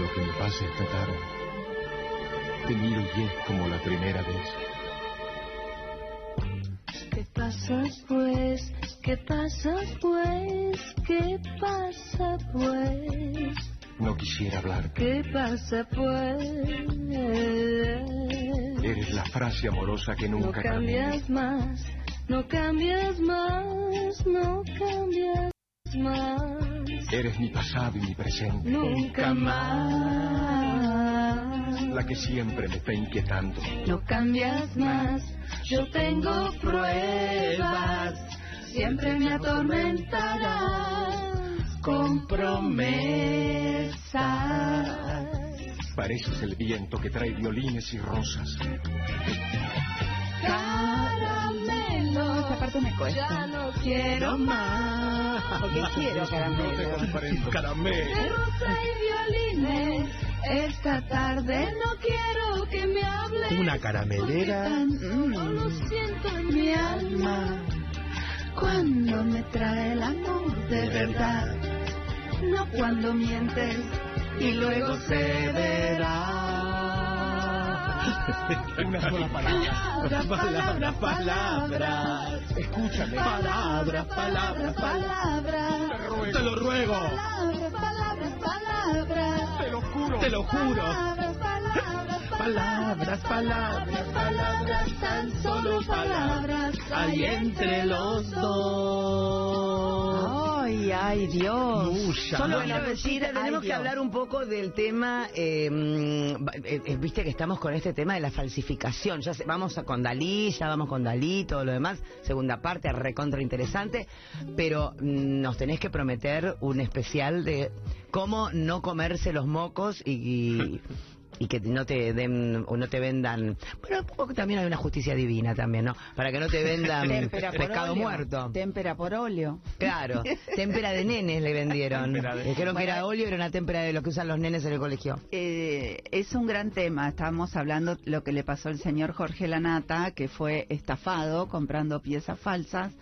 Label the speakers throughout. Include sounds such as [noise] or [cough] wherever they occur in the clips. Speaker 1: lo que me pasa esta tarde. Te miro y es como la primera vez.
Speaker 2: ¿Qué pasa pues? ¿Qué pasa pues? ¿Qué pasa pues?
Speaker 1: No quisiera hablarte.
Speaker 2: ¿Qué pasa pues?
Speaker 1: Eres la frase amorosa que nunca
Speaker 2: no cambias más, no cambias más, no cambias más,
Speaker 1: cambié. Eres mi pasado y mi presente.
Speaker 2: nunca más.
Speaker 1: La que siempre me está inquietando.
Speaker 2: No cambias más, yo tengo pruebas, siempre me atormentarás con promesas.
Speaker 1: Pareces el viento que trae violines y rosas.
Speaker 2: Caramelo,
Speaker 3: Esta parte me cuesta.
Speaker 2: ya no quiero más.
Speaker 4: [laughs]
Speaker 3: Porque quiero caramelo.
Speaker 1: comprendo.
Speaker 2: De
Speaker 1: Caramelo.
Speaker 2: rosa y violines, esta tarde no quiero que me hables.
Speaker 4: Una
Speaker 2: Porque
Speaker 4: caramelera.
Speaker 2: tan solo
Speaker 3: Mm.
Speaker 2: siento en mi alma cuando me trae el amor de verdad, no cuando mientes y luego se verá.
Speaker 1: Una sola palabra.
Speaker 2: Palabras, palabras, palabras,
Speaker 1: Escúchame.
Speaker 2: palabras, palabras, palabras,
Speaker 1: Te ruego.
Speaker 4: Te lo ruego.
Speaker 2: palabras, palabras, palabras,
Speaker 1: Te lo juro.
Speaker 4: Te lo juro.
Speaker 2: palabras, palabras,
Speaker 4: Palabras, palabras,
Speaker 2: palabras, tan solo palabras
Speaker 4: Ahí entre los
Speaker 5: Ah.
Speaker 4: dos.
Speaker 3: Ay, ay, Dios.
Speaker 4: Mucha.
Speaker 3: Solo
Speaker 4: Bueno,
Speaker 3: quiero decir,
Speaker 5: Rosita,
Speaker 3: ay,
Speaker 5: tenemos que
Speaker 3: Dios.
Speaker 5: hablar un poco del tema, eh, mm, eh, eh, viste que estamos con este tema de la falsificación, ya se- vamos a, con Dalí, ya vamos con Dalí, todo lo demás, segunda parte, recontra interesante, pero mm, nos tenés que prometer un especial de cómo no comerse los mocos y... y- y que no te den o no te vendan bueno un poco también hay una justicia divina también no para que no te
Speaker 3: [laughs]
Speaker 5: vendan
Speaker 3: Témpera por
Speaker 5: pescado
Speaker 3: óleo.
Speaker 5: muerto
Speaker 3: Témpera por óleo.
Speaker 5: Claro,
Speaker 3: [laughs]
Speaker 5: témpera de nenes le vendieron.
Speaker 1: Témpera de-
Speaker 5: Dijeron que era óleo, era una témpera de los que usan los nenes en el colegio.
Speaker 3: Eh, es un gran tema. Estábamos hablando lo que le pasó al señor Jorge Lanata, que fue estafado comprando piezas falsas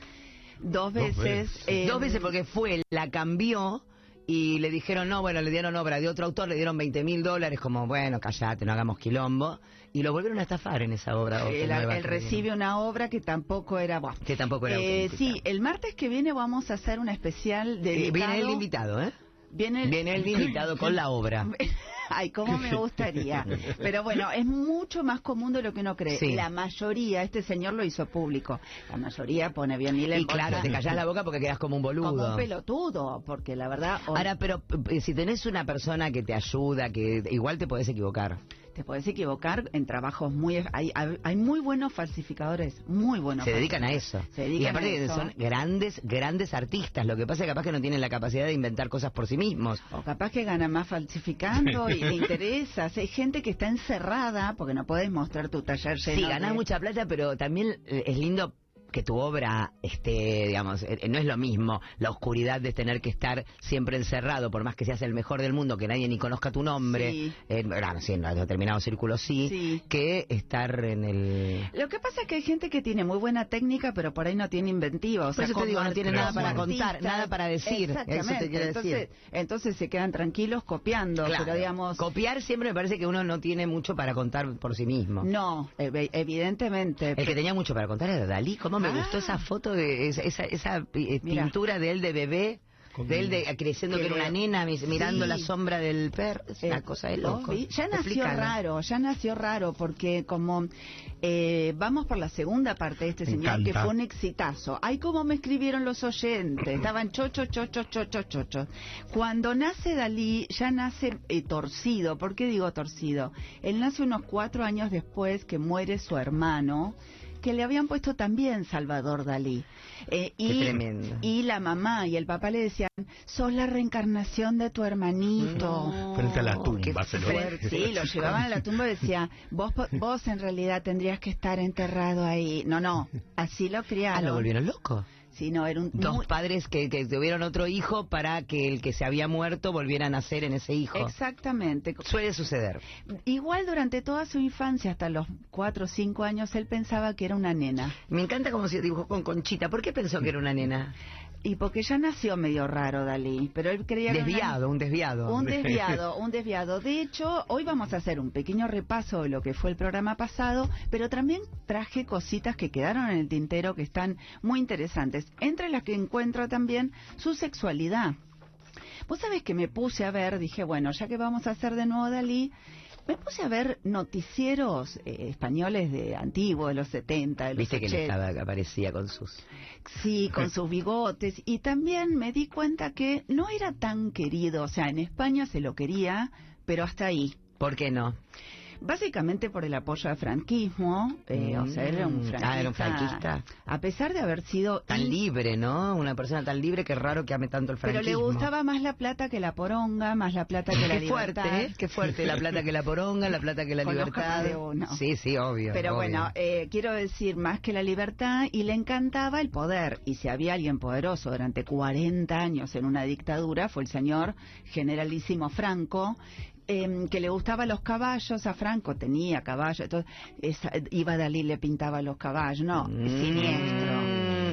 Speaker 3: dos veces.
Speaker 4: veces.
Speaker 3: eh,
Speaker 5: Dos veces porque fue, la cambió y le dijeron, no, bueno, le dieron obra de otro autor, le dieron 20 mil dólares, como, bueno, callate, no hagamos quilombo. Y lo volvieron a estafar en esa obra.
Speaker 3: Él,
Speaker 5: nueva que
Speaker 3: él
Speaker 5: viene.
Speaker 3: recibe una obra que tampoco era buena. Eh,
Speaker 5: Que tampoco era auténtica.
Speaker 3: sí, el martes que viene vamos a hacer un especial de.
Speaker 5: Eh, viene el invitado, ¿eh?
Speaker 3: Viene el-
Speaker 5: Viene el invitado con la obra.
Speaker 3: [laughs] Ay, cómo me
Speaker 5: [laughs]
Speaker 3: gustaría. Pero bueno, es mucho más común de lo que uno cree.
Speaker 5: Sí.
Speaker 3: La mayoría, este señor lo hizo público. La mayoría pone Bienil en
Speaker 5: Y claro,
Speaker 3: contra.
Speaker 5: te callás la boca porque quedas como un boludo.
Speaker 3: como un pelotudo, porque la verdad hoy
Speaker 5: Ahora, pero eh, si tenés una persona que te ayuda, que igual te podés equivocar.
Speaker 3: te puedes equivocar en trabajos muy hay, hay, hay muy buenos falsificadores, muy buenos.
Speaker 5: se dedican a eso.
Speaker 3: pues, Se dedican
Speaker 5: y aparte
Speaker 3: a
Speaker 5: que
Speaker 3: eso.
Speaker 5: son grandes, grandes artistas. Lo que pasa es que capaz que no tienen la capacidad de inventar cosas por sí mismos.
Speaker 3: O capaz que gana más falsificando y
Speaker 5: [laughs]
Speaker 3: le interesa. Hay gente que está encerrada porque no puedes mostrar tu taller lleno.
Speaker 5: Sí, ganás
Speaker 3: de-
Speaker 5: mucha plata, pero también eh, es lindo que tu obra esté, digamos, eh, eh, no es lo mismo la oscuridad de tener que estar siempre encerrado, por más que seas el mejor del mundo, que nadie ni conozca tu nombre,
Speaker 3: Sí.
Speaker 5: eh, bueno, sí, en determinado círculo sí,
Speaker 3: Sí.
Speaker 5: que estar en el...
Speaker 3: Lo que pasa es que hay gente que tiene muy buena técnica, pero por ahí no tiene inventiva. O
Speaker 5: Por
Speaker 3: sea,
Speaker 5: eso te
Speaker 3: como
Speaker 5: digo, no tiene nada
Speaker 3: como
Speaker 5: para contar,
Speaker 3: artistas.
Speaker 5: nada para decir. Eso te
Speaker 3: Exactamente.
Speaker 5: quiero
Speaker 3: entonces,
Speaker 5: decir.
Speaker 3: entonces se quedan tranquilos copiando,
Speaker 5: Claro.
Speaker 3: pero digamos...
Speaker 5: Copiar siempre me parece que uno no tiene mucho para contar por sí mismo.
Speaker 3: no, ev- evidentemente.
Speaker 5: El que tenía mucho para contar era Dalí. ¿Cómo me
Speaker 3: Ah.
Speaker 5: gustó esa foto, de esa, esa, esa, eh,
Speaker 3: Mira.
Speaker 5: pintura de él de bebé?
Speaker 4: Con-
Speaker 5: De él de, creciendo que
Speaker 3: Que
Speaker 5: era una
Speaker 3: le-
Speaker 5: nena, mis- mirando
Speaker 3: Sí.
Speaker 5: la sombra del perro. Es una
Speaker 3: Eh,
Speaker 5: cosa de
Speaker 3: vos
Speaker 5: loco.
Speaker 3: vi- Ya nació
Speaker 5: Explícalo.
Speaker 3: raro, ya nació raro, porque como eh, vamos por la segunda parte de este
Speaker 4: Me
Speaker 3: señor,
Speaker 4: encanta.
Speaker 3: que fue un exitazo. Ay, cómo me escribieron los oyentes. Estaban chocho, chocho, chocho, chocho. Cuando nace Dalí, ya nace eh, torcido. ¿Por qué digo torcido? Él nace unos cuatro años después que muere su hermano que le habían puesto también Salvador Dalí. Eh,
Speaker 5: Qué
Speaker 3: y,
Speaker 5: tremendo.
Speaker 3: y la mamá y el papá le decían, sos la reencarnación de tu hermanito.
Speaker 4: Frente a la
Speaker 5: Oh,
Speaker 4: tumba,
Speaker 5: qué
Speaker 4: se lo
Speaker 3: Pero, Sí, lo llevaban a la tumba y decía, vos, po- vos en realidad tendrías que estar enterrado ahí. No, no, así lo
Speaker 5: Ah,
Speaker 3: criaron.
Speaker 5: lo volvieron loco.
Speaker 3: Sí, no, era un...
Speaker 5: Dos
Speaker 3: muy-
Speaker 5: padres que, que tuvieron otro hijo para que el que se había muerto volviera a nacer en ese hijo.
Speaker 3: Exactamente.
Speaker 5: Suele suceder.
Speaker 3: Igual durante toda su infancia, hasta los cuatro o cinco años, él pensaba que era una nena.
Speaker 5: Me encanta cómo se dibujó con Conchita. ¿Por qué pensó que era una nena?
Speaker 3: Y porque ya nació medio raro Dalí, pero él creía que era una-
Speaker 5: Desviado, un desviado. [laughs]
Speaker 3: Un desviado, un desviado. De hecho, hoy vamos a hacer un pequeño repaso de lo que fue el programa pasado, pero también traje cositas que quedaron en el tintero que están muy interesantes, entre las que encuentro también su sexualidad. Vos sabés que me puse a ver, dije, bueno, ya que vamos a hacer de nuevo Dalí, me puse a ver noticieros eh, españoles de antiguos, de los 70, de los
Speaker 5: Viste que él
Speaker 3: 80.
Speaker 5: estaba, aparecía con sus...
Speaker 3: Sí,
Speaker 5: [laughs]
Speaker 3: con sus bigotes. Y también me di cuenta que no era tan querido. O sea, en España se lo quería, pero hasta ahí.
Speaker 5: ¿Por qué no?
Speaker 3: Básicamente por el apoyo al franquismo. eh, O sea, era un
Speaker 5: Mm.
Speaker 3: franquista.
Speaker 5: Ah, era un franquista.
Speaker 3: A pesar de haber sido...
Speaker 5: Tan
Speaker 3: in-
Speaker 5: libre, ¿no? Una persona tan libre que raro que ame tanto el
Speaker 3: Pero
Speaker 5: franquismo.
Speaker 3: le gustaba más la plata que la poronga, más la plata que la
Speaker 5: [laughs] Qué
Speaker 3: libertad.
Speaker 5: fuerte, ¿eh? Qué fuerte. La plata que la poronga, la plata que la
Speaker 3: Con los
Speaker 5: libertad.
Speaker 3: capas de uno.
Speaker 5: Sí, sí, obvio.
Speaker 3: Pero
Speaker 5: obvio.
Speaker 3: bueno, eh, quiero decir, más que la libertad, y le encantaba el poder. Y si había alguien poderoso durante 40 años en una dictadura, fue el señor generalísimo Franco, em, que le gustaba los caballos. A Franco tenía caballos. Entonces, esa- iba Dalí y le pintaba los caballos. No,
Speaker 5: Mm.
Speaker 3: siniestro.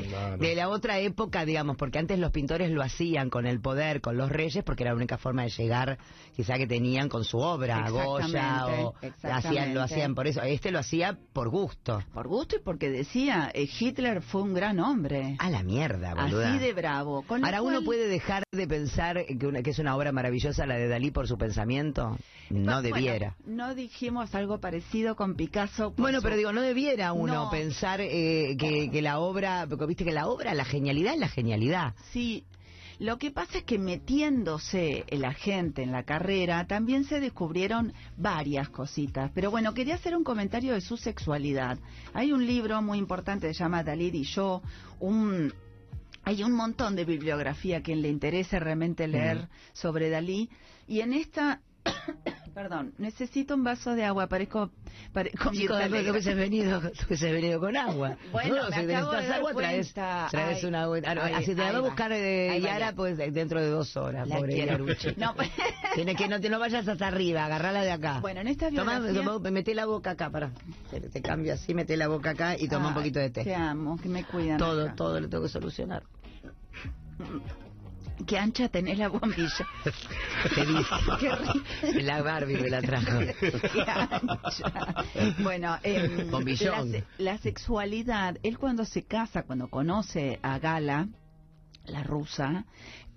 Speaker 1: Claro.
Speaker 5: De la otra época, digamos, porque antes los pintores lo hacían con el poder, con los reyes, porque era la única forma de llegar, quizá que tenían con su obra, a Goya,
Speaker 3: Exactamente,
Speaker 5: o hacían,
Speaker 3: exactamente.
Speaker 5: lo hacían por eso. Este lo hacía por gusto.
Speaker 3: Por gusto y porque decía, eh, Hitler fue un gran hombre.
Speaker 5: A la mierda, boluda.
Speaker 3: Así de bravo. Con lo
Speaker 5: Ahora, ¿uno
Speaker 3: cual-
Speaker 5: puede dejar de pensar que, una- que es una obra maravillosa la de Dalí por su pensamiento? No
Speaker 3: Bueno,
Speaker 5: debiera.
Speaker 3: no dijimos algo parecido con Picasso. por
Speaker 5: Bueno,
Speaker 3: su-
Speaker 5: pero digo, no debiera uno
Speaker 3: No.
Speaker 5: pensar eh, que, que la obra, porque viste que la obra, la genialidad es la genialidad.
Speaker 3: Sí, lo que pasa es que metiéndose la gente en la carrera también se descubrieron varias cositas. Pero bueno, quería hacer un comentario de su sexualidad. Hay un libro muy importante que se llama Dalí y yo, un... Hay un montón de bibliografía a quien le interese realmente leer sobre Dalí. Y en esta, [coughs] perdón, necesito un vaso de agua, parezco... parezco
Speaker 5: Chico,
Speaker 3: Mirta
Speaker 5: después que
Speaker 3: Legrand.
Speaker 5: hubieses venido, [laughs] que hubieses venido con agua.
Speaker 3: [laughs] Bueno,
Speaker 5: No,
Speaker 3: me
Speaker 5: si
Speaker 3: acabo
Speaker 5: necesitas
Speaker 3: de dar
Speaker 5: agua, traes,
Speaker 3: cuenta.
Speaker 5: traes
Speaker 3: Ay,
Speaker 5: una buena. ah, no,
Speaker 3: ahí-
Speaker 5: así te la
Speaker 3: ahí
Speaker 5: va a
Speaker 3: va.
Speaker 5: buscar
Speaker 3: Ahí
Speaker 5: de
Speaker 3: va,
Speaker 5: Yara
Speaker 3: ya.
Speaker 5: pues, dentro de dos horas,
Speaker 3: La
Speaker 5: pobre
Speaker 3: quiero.
Speaker 5: Yaruchi.
Speaker 3: [laughs] No, pues-
Speaker 5: Tienes que no te no vayas hasta arriba, agarrala de acá.
Speaker 3: Bueno, en esta
Speaker 5: Tomá,
Speaker 3: biografía-
Speaker 5: tomá, meté la boca acá, para. Te, te cambio así, meté la boca acá y toma un
Speaker 3: Ay,
Speaker 5: poquito de té.
Speaker 3: Te amo, que me cuidan.
Speaker 5: Todo,
Speaker 3: acá.
Speaker 5: todo lo tengo que solucionar.
Speaker 3: Qué ancha tenés la
Speaker 5: [laughs]
Speaker 3: bombilla. [laughs]
Speaker 5: Te dije. la Barbie me la trajo.
Speaker 3: Qué ancha. Bueno, em, la,
Speaker 5: Bombillón.
Speaker 3: se- la sexualidad, él cuando se casa, cuando conoce a Gala, la rusa,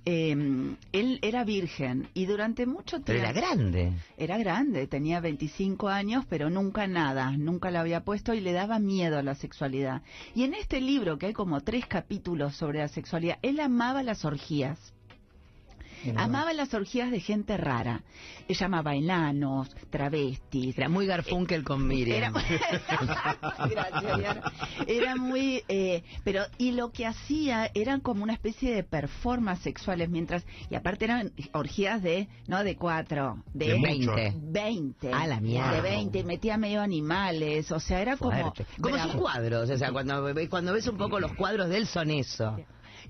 Speaker 3: em, él era virgen y durante mucho tiempo...
Speaker 5: Pero era grande.
Speaker 3: Era grande, tenía 25 años, pero nunca nada, nunca la había puesto y le daba miedo a la sexualidad. Y en este libro, que hay como tres capítulos sobre la sexualidad, él amaba las orgías. Amaba las orgías de gente rara. Él llamaba enanos, travestis.
Speaker 5: Era muy Garfunkel
Speaker 3: eh, [laughs]
Speaker 5: con Miriam.
Speaker 3: Era- Gracias, Diana. Era muy... eh, pero Y lo que hacía eran como una especie de performance sexuales mientras... Y aparte eran orgías de... No de cuatro, de...
Speaker 1: De mucho.
Speaker 5: 20.
Speaker 3: 20.
Speaker 5: A la mierda.
Speaker 3: De 20, y metía medio animales, o sea, era como...
Speaker 5: Fuerte. Como
Speaker 3: bravo.
Speaker 5: sus cuadros, o sea, cuando, ve- cuando ves un poco los cuadros de él son eso.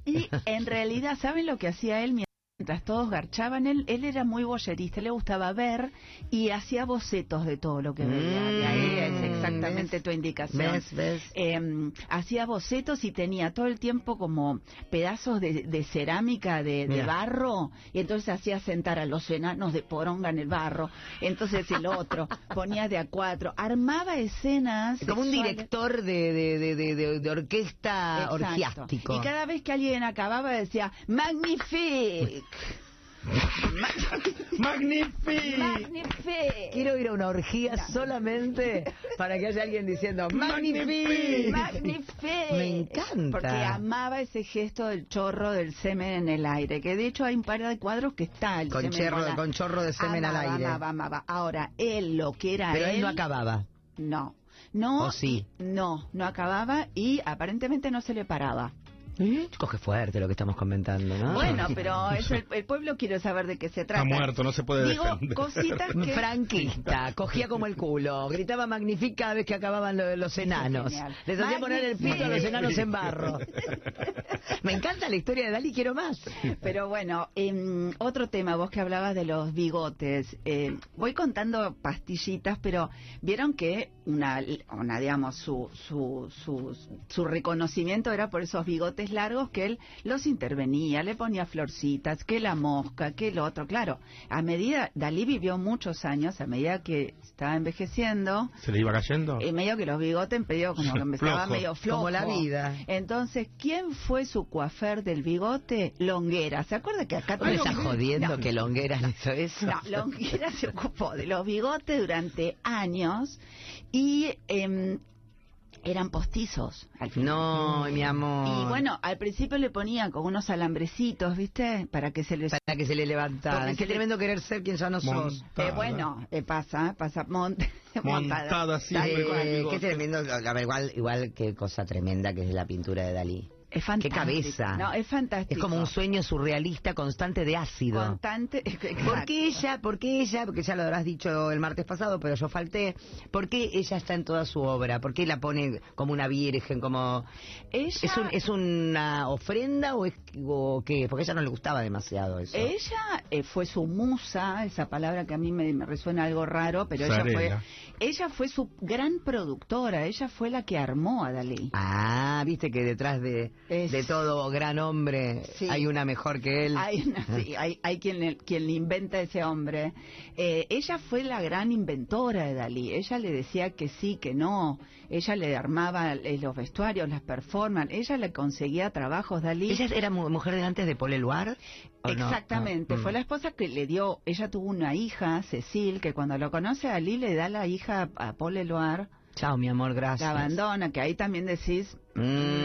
Speaker 3: Y en realidad, ¿saben lo que hacía él mientras todos garchaban? Él, él era muy boyerista, le gustaba ver y hacía bocetos de todo lo que veía. Y ahí es exactamente
Speaker 5: Mm, ¿Ves?
Speaker 3: tu indicación.
Speaker 5: ¿Ves? ¿Ves?
Speaker 3: Eh, hacía bocetos y tenía todo el tiempo como pedazos de, de cerámica, de, de
Speaker 5: Mirá.
Speaker 3: barro, y entonces hacía sentar a los enanos de poronga en el barro, entonces el
Speaker 5: [laughs]
Speaker 3: otro ponía de a cuatro, armaba escenas.
Speaker 5: Como un
Speaker 3: sexuales.
Speaker 5: director de, de, de, de, de- de orquesta
Speaker 3: Exacto.
Speaker 5: orgiástico.
Speaker 3: Y cada vez que alguien acababa decía,
Speaker 5: [laughs]
Speaker 3: magnifique,
Speaker 1: ¡Magnífico!
Speaker 3: magnifique,
Speaker 5: Quiero ir a una orgía solamente para que haya alguien diciendo
Speaker 1: Magnifique".
Speaker 5: ¡Magnifique!
Speaker 3: magnifique.
Speaker 5: Me encanta.
Speaker 3: Porque amaba ese gesto del chorro del semen en el aire, que de hecho hay un par de cuadros que está el
Speaker 5: Con,
Speaker 3: semen
Speaker 5: cherro-
Speaker 3: volando.
Speaker 5: con chorro de semen
Speaker 3: Amaba,
Speaker 5: al aire.
Speaker 3: amaba, amaba. Ahora, él lo que era
Speaker 5: Pero él no acababa.
Speaker 3: No. No,
Speaker 5: ¿O sí?
Speaker 3: no, no acababa y aparentemente no se le paraba.
Speaker 5: Coge fuerte lo que estamos comentando, ¿no? [laughs]
Speaker 3: Bueno, pero es el, el pueblo quiere saber de qué se trata.
Speaker 6: Está muerto, no se puede
Speaker 3: Digo,
Speaker 6: defender. [laughs]
Speaker 3: cositas que...
Speaker 5: Franquista, cogía como el culo, gritaba magnífica cada vez que acababan lo de los enanos.
Speaker 3: genial.
Speaker 5: Les hacía poner el pito a los
Speaker 3: Magnific-
Speaker 5: enanos en [laughs] barro. Me encanta la historia de Dalí, quiero más.
Speaker 3: Pero bueno, em, otro tema, vos que hablabas de los bigotes. eh, voy contando pastillitas, pero vieron que una, una digamos, su, su, su, su reconocimiento era por esos bigotes largos que él los intervenía, le ponía florcitas, que la mosca, que el otro. Claro, a medida, Dalí vivió muchos años, a medida que estaba envejeciendo,
Speaker 6: ¿Se le iba cayendo?
Speaker 3: y medio que los bigotes
Speaker 6: [laughs]
Speaker 3: medio como que empezaba
Speaker 6: Flojo.
Speaker 3: medio flojo.
Speaker 5: Como la vida.
Speaker 3: Entonces, ¿quién fue su coafer del bigote? Longuera. ¿Se acuerda que acá
Speaker 5: Me está
Speaker 3: tenemos-
Speaker 5: jodiendo que Longuera le hizo
Speaker 3: [laughs]
Speaker 5: eso.
Speaker 3: no, Longuera se ocupó de los bigotes durante años y em, eran postizos al final.
Speaker 5: No, mi amor.
Speaker 3: Y bueno, al principio le ponían con unos alambrecitos, ¿viste? Para que se les...
Speaker 5: para que se le levantara.
Speaker 3: Porque
Speaker 5: Qué
Speaker 3: se le-
Speaker 5: tremendo querer ser quien ya no sos.
Speaker 6: Montada.
Speaker 3: Eh, bueno, eh, pasa, pasa mont... [laughs] montada.
Speaker 6: Montada
Speaker 5: Tal-
Speaker 6: siempre con el
Speaker 3: eh,
Speaker 6: bigote.
Speaker 5: qué tremendo, a ver, igual, igual qué cosa tremenda que es la pintura de Dalí.
Speaker 3: Es fantástico.
Speaker 5: cabeza.
Speaker 3: No, es fantástico.
Speaker 5: Es como un sueño surrealista constante de ácido.
Speaker 3: constante. [laughs]
Speaker 5: ¿Por qué ella? ¿Por qué ella? Porque ya lo habrás dicho el martes pasado, pero yo falté. ¿Por qué ella está en toda su obra? ¿Por qué la pone como una virgen? Como
Speaker 3: Ella-
Speaker 5: es, un- es una ofrenda o, es, o qué? Porque a ella no le gustaba demasiado eso.
Speaker 3: Ella eh, fue su musa, esa palabra que a mí me, me resuena algo raro, pero ella fue,
Speaker 6: Zarela.
Speaker 3: ella fue su gran productora, ella fue la que armó a Dalí.
Speaker 5: Ah, viste que detrás de,
Speaker 3: Es-
Speaker 5: de todo gran hombre
Speaker 3: Sí.
Speaker 5: hay una mejor que él.
Speaker 3: Hay, una- sí, hay- hay quien, le, quien le inventa a ese hombre. Eh, ella fue la gran inventora de Dalí. Ella le decía que sí, que no. Ella le armaba eh, los vestuarios, las performances. Ella le conseguía trabajos, Dalí.
Speaker 5: ¿Ella era mu- mujer de antes de Paul Eluard? ¿O no?
Speaker 3: Exactamente,
Speaker 5: Ah, mm.
Speaker 3: fue la esposa que le dio, ella tuvo una hija, Cecil, que cuando lo conoce a Dalí le da la hija a Paul Eluard,
Speaker 5: Chao, mi amor,
Speaker 3: la
Speaker 5: gracias.
Speaker 3: abandona, que ahí también decís...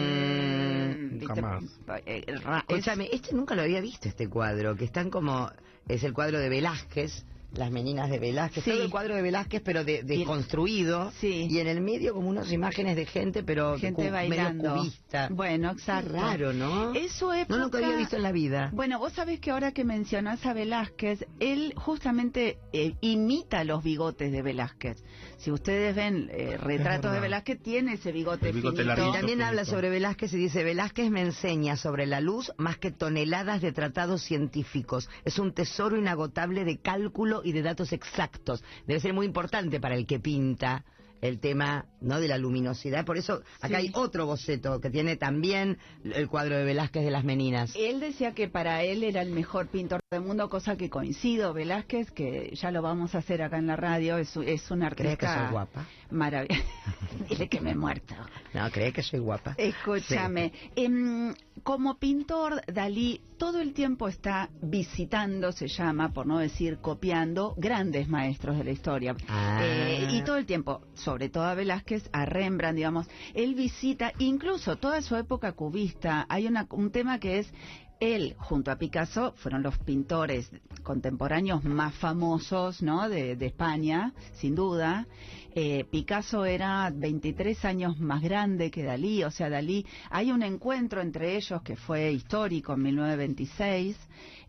Speaker 5: Mm.
Speaker 3: mm,
Speaker 6: nunca
Speaker 3: viste,
Speaker 6: más.
Speaker 3: eh, ra- es-
Speaker 5: Escúchame, este nunca lo había visto, este cuadro, que están como... Es el cuadro de Velázquez, las meninas de Velázquez.
Speaker 3: Sí.
Speaker 5: Todo el cuadro de Velázquez, pero de,
Speaker 3: Y-
Speaker 5: construido.
Speaker 3: Sí.
Speaker 5: Y en el medio como unas imágenes de gente, pero cu-
Speaker 3: gente
Speaker 5: medio
Speaker 3: bailando.
Speaker 5: cubista.
Speaker 3: Bueno,
Speaker 5: Qué
Speaker 3: exacto.
Speaker 5: raro, ¿no?
Speaker 3: Eso es...
Speaker 5: No lo había visto en la vida.
Speaker 3: Bueno, vos sabés que ahora que mencionás a Velázquez, él justamente eh, imita los bigotes de Velázquez. Si ustedes ven eh, retratos de
Speaker 6: verdad.
Speaker 3: Velázquez, tiene ese bigote,
Speaker 6: El bigote
Speaker 3: finito.
Speaker 5: Y
Speaker 6: larguito.
Speaker 5: también
Speaker 6: Pinto.
Speaker 5: habla sobre Velázquez y dice, Velázquez me enseña sobre la luz más que toneladas de tratados científicos. Es un tesoro inagotable de cálculo y de datos exactos. Debe ser muy importante para el que pinta el tema no de la luminosidad. Por eso acá hay otro boceto que tiene también el cuadro de Velázquez de las Meninas.
Speaker 3: Él decía que para él era el mejor pintor del mundo, cosa que coincido. Velázquez, que ya lo vamos a hacer acá en la radio, es, u- es un
Speaker 5: ¿Crees
Speaker 3: artista
Speaker 5: que soy guapa?
Speaker 3: maravilloso. [laughs] Dile que me he
Speaker 5: [laughs]
Speaker 3: muerto.
Speaker 5: No, ¿crees que soy guapa?
Speaker 3: Eh, Escúchame, em, como pintor, Dalí todo el tiempo está visitando, se llama, por no decir copiando, grandes maestros de la historia.
Speaker 5: Ah.
Speaker 3: Eh, y todo el tiempo, sobre todo a Velázquez, a Rembrandt, digamos, él visita, incluso toda su época cubista, hay una- un tema que es... Él, junto a Picasso, fueron los pintores contemporáneos más famosos ¿no? de, de España, sin duda. Eh, Picasso era 23 años más grande que Dalí, o sea, Dalí, hay un encuentro entre ellos que fue histórico en 1926,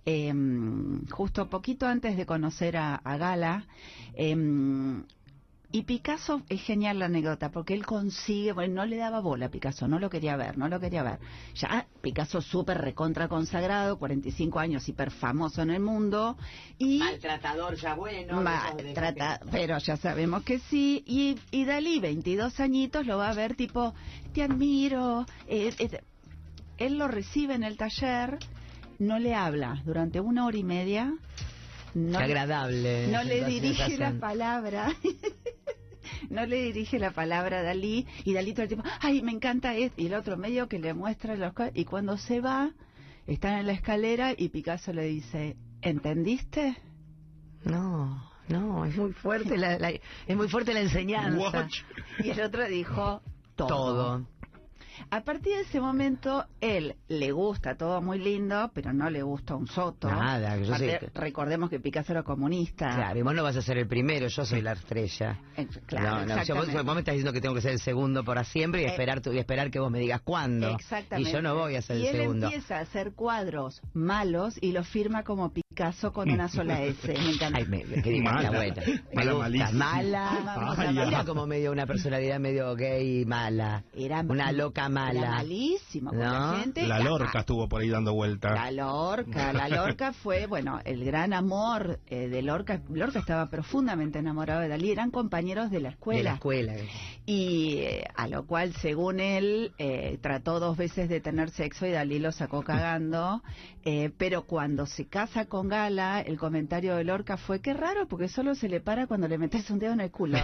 Speaker 3: em, justo poquito antes de conocer a, a Gala. em, y Picasso es genial la anécdota porque él consigue, bueno, no le daba bola a Picasso, no lo quería ver, no lo quería ver. Ya Picasso súper recontra consagrado, 45 años hiper famoso en el mundo y
Speaker 5: Maltratador ya bueno.
Speaker 3: Va, trata- pero ya sabemos que sí. Y, y Dalí, 22 añitos, lo va a ver tipo, te admiro. eh, eh, él lo recibe en el taller, no le habla durante una hora y media. No,
Speaker 5: Qué agradable.
Speaker 3: no le
Speaker 5: esa
Speaker 3: dirige la
Speaker 5: sensación.
Speaker 3: palabra. [laughs] No le dirige la palabra a Dalí y Dalí todo el tiempo, ay, me encanta esto. Y el otro medio que le muestra los co- Y cuando se va, están en la escalera y Picasso le dice, ¿entendiste?
Speaker 5: No, no, es muy fuerte la, la- es muy fuerte la enseñanza.
Speaker 6: Watch.
Speaker 3: Y el otro dijo todo.
Speaker 5: Todo.
Speaker 3: A partir de ese momento, él le gusta todo muy lindo, pero no le gusta un soto.
Speaker 5: Nada, yo
Speaker 3: Aparte,
Speaker 5: sé que-
Speaker 3: Recordemos que Picasso era comunista.
Speaker 5: Claro, y vos no vas a ser el primero, yo soy la estrella.
Speaker 3: Eh, claro,
Speaker 5: no, no, yo- vos,
Speaker 3: exactamente.
Speaker 5: vos me estás diciendo que tengo que ser el segundo para siempre y
Speaker 3: Eh,
Speaker 5: esperar tu- y esperar que vos me digas cuándo.
Speaker 3: Exactamente.
Speaker 5: Y yo no voy a ser
Speaker 3: Y
Speaker 5: el
Speaker 3: él
Speaker 5: segundo.
Speaker 3: empieza a hacer cuadros malos y los firma como Picasso con
Speaker 1: [laughs]
Speaker 3: una sola S. Me encanta.
Speaker 5: Ay, me, me quería dar la
Speaker 1: Mala.
Speaker 5: vuelta. Me
Speaker 1: Mala,
Speaker 5: gusta,
Speaker 1: malísima.
Speaker 5: Mala.
Speaker 1: Ay,
Speaker 5: Era
Speaker 1: ay.
Speaker 5: como medio una personalidad medio gay y mala.
Speaker 3: Era
Speaker 5: una loca mala.
Speaker 3: Era malísimo. con la
Speaker 5: ¿No?
Speaker 3: gente.
Speaker 1: La
Speaker 3: Era-
Speaker 1: Lorca estuvo por ahí dando vueltas.
Speaker 3: La Lorca, la
Speaker 5: [laughs]
Speaker 3: Lorca fue, bueno, el gran amor eh, de Lorca. Lorca estaba profundamente enamorado de Dalí, eran compañeros de la
Speaker 5: De la
Speaker 3: escuela.
Speaker 5: escuela.
Speaker 3: Y eh, a lo cual, según él, eh, trató dos veces de tener sexo y Dalí lo sacó cagando. Eh, pero cuando se casa con Gala, el comentario de Lorca fue, qué raro, porque solo se le para cuando le metes un dedo en el culo.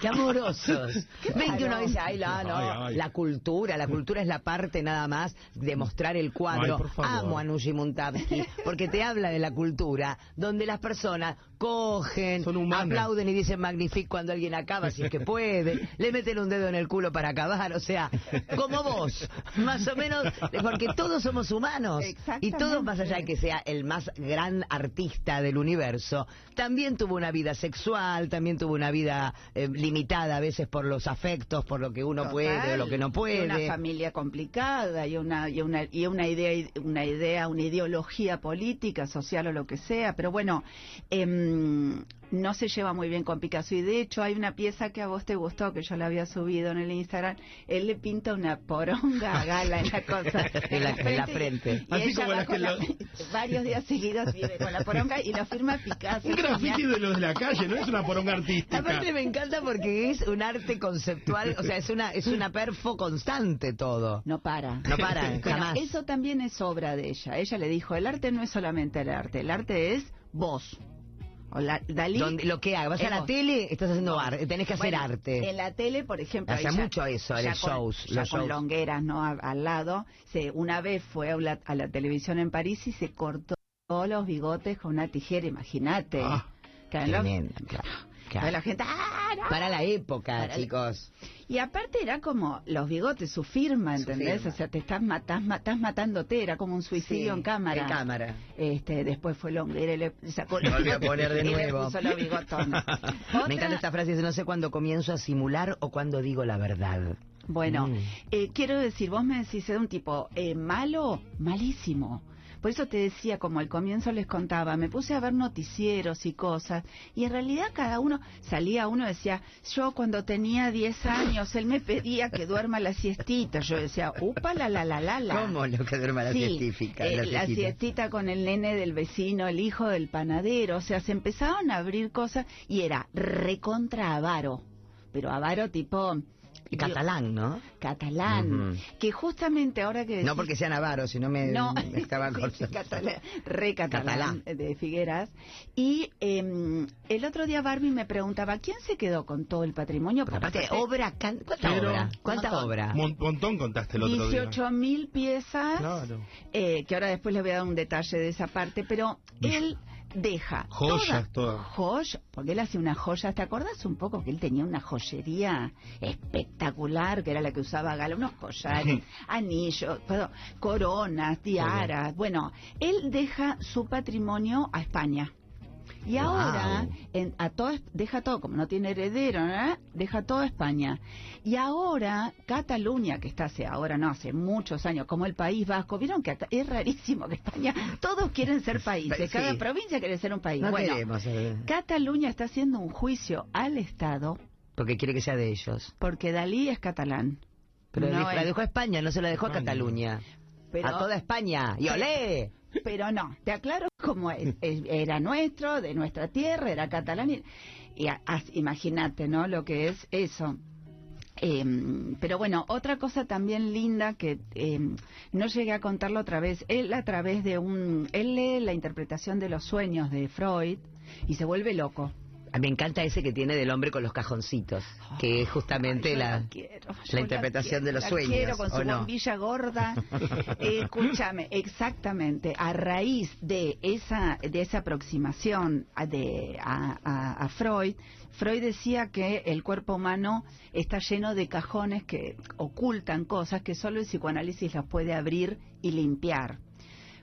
Speaker 5: Qué amorosos. Ven que uno
Speaker 3: raro.
Speaker 5: dice, ay, no, no.
Speaker 1: Ay, ay.
Speaker 5: La cultura, la cultura es la parte nada más de mostrar el cuadro.
Speaker 1: Ay, por favor.
Speaker 5: Amo a Nushi Muntabsky porque te habla de la cultura donde las personas cogen,
Speaker 1: Son humanas.
Speaker 5: aplauden y dicen magnific cuando alguien acaba, si es que puede, le meten un dedo en el culo para acabar, o sea, como vos, más o menos, porque todos somos humanos y todos más allá de que sea el más gran artista del universo, también tuvo una vida sexual, también tuvo una vida eh, limitada a veces por los afectos, por lo que uno puede o lo que no
Speaker 3: Y
Speaker 5: puede.
Speaker 3: Una familia complicada y una, y una, y una idea, una idea, una ideología política, social o lo que sea. Pero bueno, em, no se lleva muy bien con Picasso. Y de hecho hay una pieza que a vos te gustó, que yo la había subido en el Instagram. Él le pinta una poronga a Gala en la cosa.
Speaker 5: [laughs] En la- en la frente.
Speaker 3: Y
Speaker 1: Así
Speaker 3: ella
Speaker 1: como
Speaker 3: va
Speaker 1: las que
Speaker 3: con la-
Speaker 1: lo-
Speaker 3: [laughs] varios días seguidos vive con la poronga y la firma Picasso.
Speaker 1: Un grafiti de los de la calle, no es una poronga artística.
Speaker 5: Aparte me encanta porque es un arte conceptual, o sea, es una es una perfo constante todo.
Speaker 3: No para.
Speaker 5: No para,
Speaker 3: [laughs] Bueno,
Speaker 5: jamás.
Speaker 3: eso también es obra de ella. Ella le dijo, el arte no es solamente el arte, el arte es vos. O la- Dalí,
Speaker 5: Donde- lo que haga, vas a la
Speaker 3: Hemos-
Speaker 5: tele, estás haciendo arte, tenés que hacer
Speaker 3: bueno,
Speaker 5: arte.
Speaker 3: En la tele, por ejemplo.
Speaker 5: Hace
Speaker 3: ella-
Speaker 5: mucho eso,
Speaker 3: ya
Speaker 5: los
Speaker 3: con-
Speaker 5: shows,
Speaker 3: ya
Speaker 5: los
Speaker 3: con
Speaker 5: shows.
Speaker 3: longueras, ¿no? A- al lado. Se, una vez fue a la, a la televisión en París y se cortó los bigotes con una tijera, imagínate.
Speaker 1: Ah,
Speaker 3: Claro,
Speaker 5: Tremendo, claro, claro.
Speaker 3: la gente, ¡ah, no!
Speaker 5: Para la época,
Speaker 3: Para la-
Speaker 5: chicos.
Speaker 3: Y aparte era como los bigotes, su firma,
Speaker 5: Su
Speaker 3: ¿entendés?
Speaker 5: firma.
Speaker 3: O sea, te estás, matás, matás matándote, era como un suicidio
Speaker 5: Sí,
Speaker 3: en cámara.
Speaker 5: En cámara.
Speaker 3: Este, después fue Longuera y le sacó
Speaker 5: Lo volvió a poner
Speaker 3: [laughs]
Speaker 5: de
Speaker 3: y le
Speaker 5: nuevo.
Speaker 3: puso los
Speaker 5: [laughs]
Speaker 3: bigotones. Otra-
Speaker 5: Me encanta esta frase, dice, no sé cuándo comienzo a simular o cuándo digo la verdad.
Speaker 3: Bueno,
Speaker 5: Mm.
Speaker 3: eh, quiero decir, vos me decís de un tipo eh, malo, malísimo. Por eso te decía, como al comienzo les contaba, me puse a ver noticieros y cosas, y en realidad cada uno salía, uno decía, yo cuando tenía 10 años, él me pedía que duerma la siestita, yo decía, upa la la la la la.
Speaker 5: ¿Cómo lo que duerma la
Speaker 3: Sí,
Speaker 5: científica?
Speaker 3: eh,
Speaker 5: la
Speaker 3: la
Speaker 5: científica?
Speaker 3: siestita con el nene del vecino, el hijo del panadero. O sea, se empezaban a abrir cosas y era recontra avaro. Pero avaro tipo
Speaker 5: Y Catalán, ¿no?
Speaker 3: catalán.
Speaker 5: Ujú.
Speaker 3: Que justamente ahora que...
Speaker 5: No porque sea navarro, sino me,
Speaker 3: No,
Speaker 5: me [laughs]
Speaker 3: [laughs]
Speaker 5: estaba
Speaker 3: Sí, sí,
Speaker 5: cortando.
Speaker 3: catalán, re catalán,
Speaker 5: Catalán.
Speaker 3: de Figueras. Y eh, el otro día Barbie me preguntaba, ¿quién se quedó con todo el patrimonio?
Speaker 5: Porque aparte,
Speaker 3: Porque
Speaker 5: obra, can- ¿cuánta
Speaker 1: Pero-
Speaker 5: obra? ¿Cuánta
Speaker 3: Montón.
Speaker 5: obra?
Speaker 1: Mon- montón contaste el otro día.
Speaker 3: 18 mil piezas,
Speaker 1: Claro.
Speaker 3: eh, que ahora después le voy a dar un detalle de esa parte, pero él deja
Speaker 1: Joyas,
Speaker 3: toda-
Speaker 1: todas.
Speaker 3: joy- porque él hace una joya, ¿te acordás un poco que él tenía una joyería espectacular, que era la que usaba Gala, unos collares, anillos, perdón, coronas, tiaras, bueno, él deja su patrimonio a España. Y
Speaker 5: Wow.
Speaker 3: ahora en- a todo, deja todo, como no tiene heredero, ¿eh? deja todo a España. Y ahora Cataluña, que está hace ahora no, hace muchos años, como el País Vasco, vieron que acá- es rarísimo que España, todos quieren ser países,
Speaker 5: [laughs] Sí.
Speaker 3: cada provincia quiere ser un país.
Speaker 5: No
Speaker 3: bueno,
Speaker 5: queremos. eh,
Speaker 3: Cataluña está haciendo un juicio al Estado
Speaker 5: Porque quiere que sea de ellos.
Speaker 3: porque Dalí es catalán.
Speaker 5: Pero
Speaker 3: No
Speaker 5: dijo- la
Speaker 3: es-
Speaker 5: dejó a España, no se la dejó a
Speaker 1: España.
Speaker 5: Cataluña.
Speaker 3: pero,
Speaker 5: A toda España. ¡Y olé!
Speaker 3: pero no, te aclaro cómo [laughs] es. Es- Era nuestro, de nuestra tierra, era catalán. Y, y a- as- imagínate, ¿no? Lo que es eso. Em, pero bueno, otra cosa también linda que em, no llegué a contarlo otra vez. Él a través de un... Él lee la interpretación de los sueños de Freud y se vuelve loco.
Speaker 5: A mí Me encanta ese que tiene del hombre con los cajoncitos, que es justamente
Speaker 3: Ay, yo
Speaker 5: la,
Speaker 3: quiero,
Speaker 5: la
Speaker 3: yo
Speaker 5: interpretación
Speaker 3: quiero,
Speaker 5: de los
Speaker 3: la
Speaker 5: sueños.
Speaker 3: quiero con
Speaker 5: ¿o
Speaker 3: su
Speaker 5: no?
Speaker 3: bombilla
Speaker 5: [laughs]
Speaker 3: gorda. Eh, escúchame, exactamente. A raíz de esa de esa aproximación a, de, a, a- a Freud, Freud decía que el cuerpo humano está lleno de cajones que ocultan cosas que solo el psicoanálisis las puede abrir y limpiar.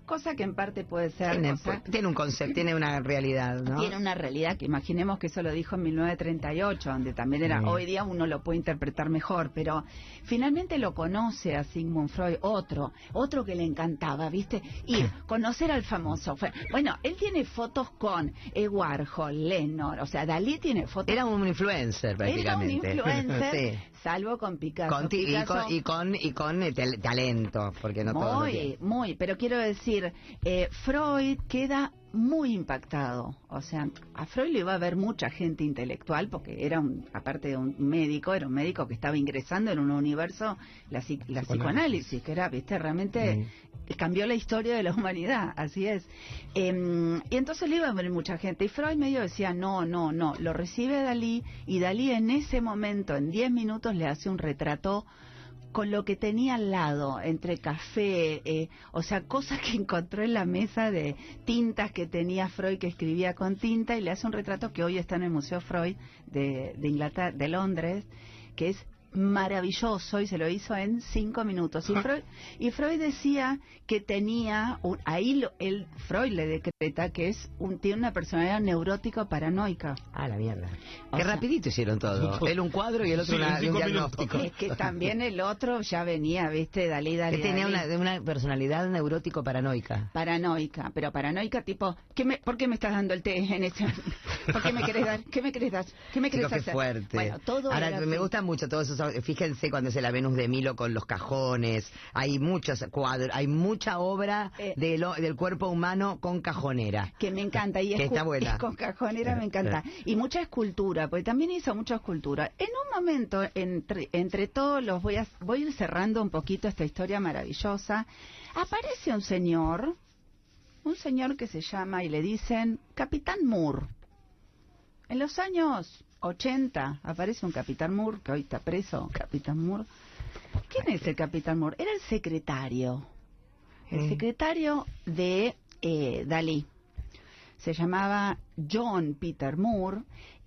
Speaker 3: Cosa que en parte puede ser.
Speaker 5: Tiene,
Speaker 3: cosa-
Speaker 5: tiene un concepto, tiene una realidad, ¿no?
Speaker 3: tiene una realidad que imaginemos que eso lo dijo en 1938, donde también era,
Speaker 5: Mm.
Speaker 3: hoy día uno lo puede interpretar mejor, pero finalmente lo conoce a Sigmund Freud, otro, otro que le encantaba, ¿viste? Y conocer al famoso. Fue- Bueno, él tiene fotos con eh, Warhol, Lennon, o sea, Dalí tiene fotos.
Speaker 5: Era un influencer
Speaker 3: Era un
Speaker 5: prácticamente.
Speaker 3: influencer,
Speaker 5: [laughs] Sí.
Speaker 3: salvo con Picasso.
Speaker 5: Con ti- y,
Speaker 3: Picasso-
Speaker 5: con, y con y con, eh, tal- talento, porque no todo
Speaker 3: muy, muy, pero quiero decir, eh, Freud queda muy impactado. O sea, a Freud lo iba a ver mucha gente intelectual, porque era, un, aparte de un médico, era un médico que estaba ingresando en un universo, la, psi- la psicoanálisis, que era, viste, realmente cambió la historia de la [laughs] humanidad, así es. Em, y entonces le iba a ver mucha gente. Y Freud medio decía, no, no, no, lo recibe a Dalí y Dalí en ese momento, en 10 minutos, le hace un retrato con lo que tenía al lado, entre café, eh, o sea, cosas que encontró en la mesa de tintas que tenía Freud, que escribía con tinta, y le hace un retrato que hoy está en el Museo Freud de, de Inglaterra, de Londres, que es maravilloso y se lo hizo en cinco minutos. Y Freud, y Freud decía que tenía, un- ahí lo- él, Freud le decreta que es un, tiene una personalidad neurótica paranoica.
Speaker 5: Ah, la mierda.
Speaker 3: O
Speaker 5: Qué
Speaker 3: sea-
Speaker 5: rapidito hicieron
Speaker 3: [laughs]
Speaker 5: todo. Él un cuadro y el otro
Speaker 1: Sí,
Speaker 5: una-
Speaker 1: en cinco
Speaker 5: un
Speaker 1: minutos.
Speaker 5: diagnóstico. [laughs]
Speaker 3: Es que también el otro ya venía, viste, Dalí, Dalí.
Speaker 5: Él tenía
Speaker 3: Dalí.
Speaker 5: una, de una personalidad neurótico paranoica.
Speaker 3: paranoica, pero paranoica tipo, ¿qué me, ¿por qué me estás dando el té en ese? ¿Por qué me querés dar? ¿Qué me querés dar? ¿Qué me querés
Speaker 5: Chicos, qué
Speaker 3: hacer?
Speaker 5: fuerte.
Speaker 3: Bueno, todo
Speaker 5: Ahora,
Speaker 3: era
Speaker 5: me
Speaker 3: así.
Speaker 5: gusta mucho todos esos. Fíjense cuando es la Venus de Milo con los cajones. Hay muchos cuadros, hay mucha obra
Speaker 3: Eh.
Speaker 5: de lo- del cuerpo humano con cajonera.
Speaker 3: que me encanta y
Speaker 5: [laughs]
Speaker 3: escu-
Speaker 5: Que está Eh, buena.
Speaker 3: y [laughs] con cajonera me encanta y mucha escultura porque también hizo mucha escultura en un momento entre entre todos los voy a voy a ir cerrando un poquito esta historia maravillosa aparece un señor un señor que se llama y le dicen Capitán Moore en los años 80 aparece un Capitán Moore que hoy está preso Capitán Moore quién es el Capitán Moore era el secretario
Speaker 5: Mm.
Speaker 3: el secretario de eh, Dalí se llamaba John Peter Moore.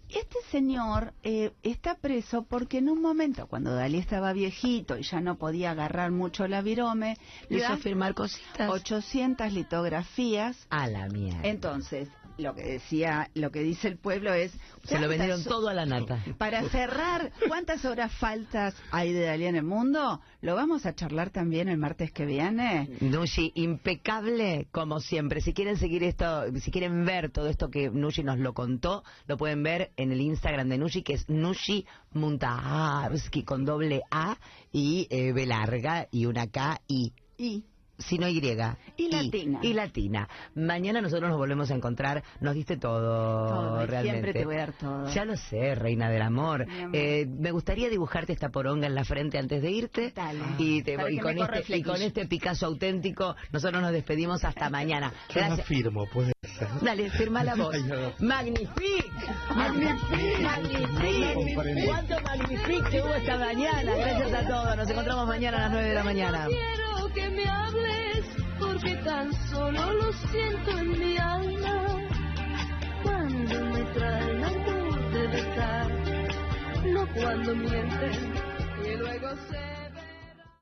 Speaker 3: Este señor eh, está preso porque en un momento, cuando Dalí estaba viejito y ya no podía agarrar mucho la virome, le
Speaker 5: hizo
Speaker 3: dan
Speaker 5: firmar cositas.
Speaker 3: 800 litografías.
Speaker 5: A la mierda.
Speaker 3: Entonces, lo que decía, lo que dice el pueblo es...
Speaker 5: Se lo
Speaker 3: ¿cuántas
Speaker 5: vendieron
Speaker 3: ho-
Speaker 5: todo a la nata.
Speaker 3: Para cerrar, ¿cuántas horas faltas hay de Dalí en el mundo? Lo vamos a charlar también el martes que viene.
Speaker 5: Nushi, impecable como siempre. Si quieren seguir esto, si quieren ver todo esto que Nushi nos lo contó, lo pueden ver en el Instagram de Nushi, que es Nushi Muntaharski con doble A y eh, B larga y una K y
Speaker 3: Y
Speaker 5: sino Y.
Speaker 3: Y latina.
Speaker 5: Y latina. Mañana nosotros nos volvemos a encontrar. Nos diste todo,
Speaker 3: Todo, y
Speaker 5: realmente.
Speaker 3: siempre te voy a dar todo.
Speaker 5: Ya lo sé, reina del amor.
Speaker 3: Mi amor.
Speaker 5: Eh, me gustaría dibujarte esta poronga en la frente antes de irte.
Speaker 3: Dale.
Speaker 5: Y, te-
Speaker 3: Para
Speaker 5: y
Speaker 3: que
Speaker 5: con
Speaker 3: me corra
Speaker 5: este,
Speaker 3: el
Speaker 5: y con
Speaker 3: flequillo.
Speaker 5: este Picasso auténtico, nosotros nos
Speaker 3: [laughs]
Speaker 5: despedimos hasta mañana.
Speaker 6: Yo no
Speaker 5: Gracias.
Speaker 6: firmo, puede
Speaker 1: pues,
Speaker 6: ser.
Speaker 5: Dale, firma la voz.
Speaker 6: Ay, no.
Speaker 5: Magnifique. Magnifique. Magnifique. Cuánto magnifique que hubo esta mañana. Gracias a todos. Nos encontramos mañana a las 9 de la mañana.
Speaker 2: No quiero que me hables porque tan solo lo siento en mi alma. Cuando me traen amor de verdad, no cuando mienten y luego se.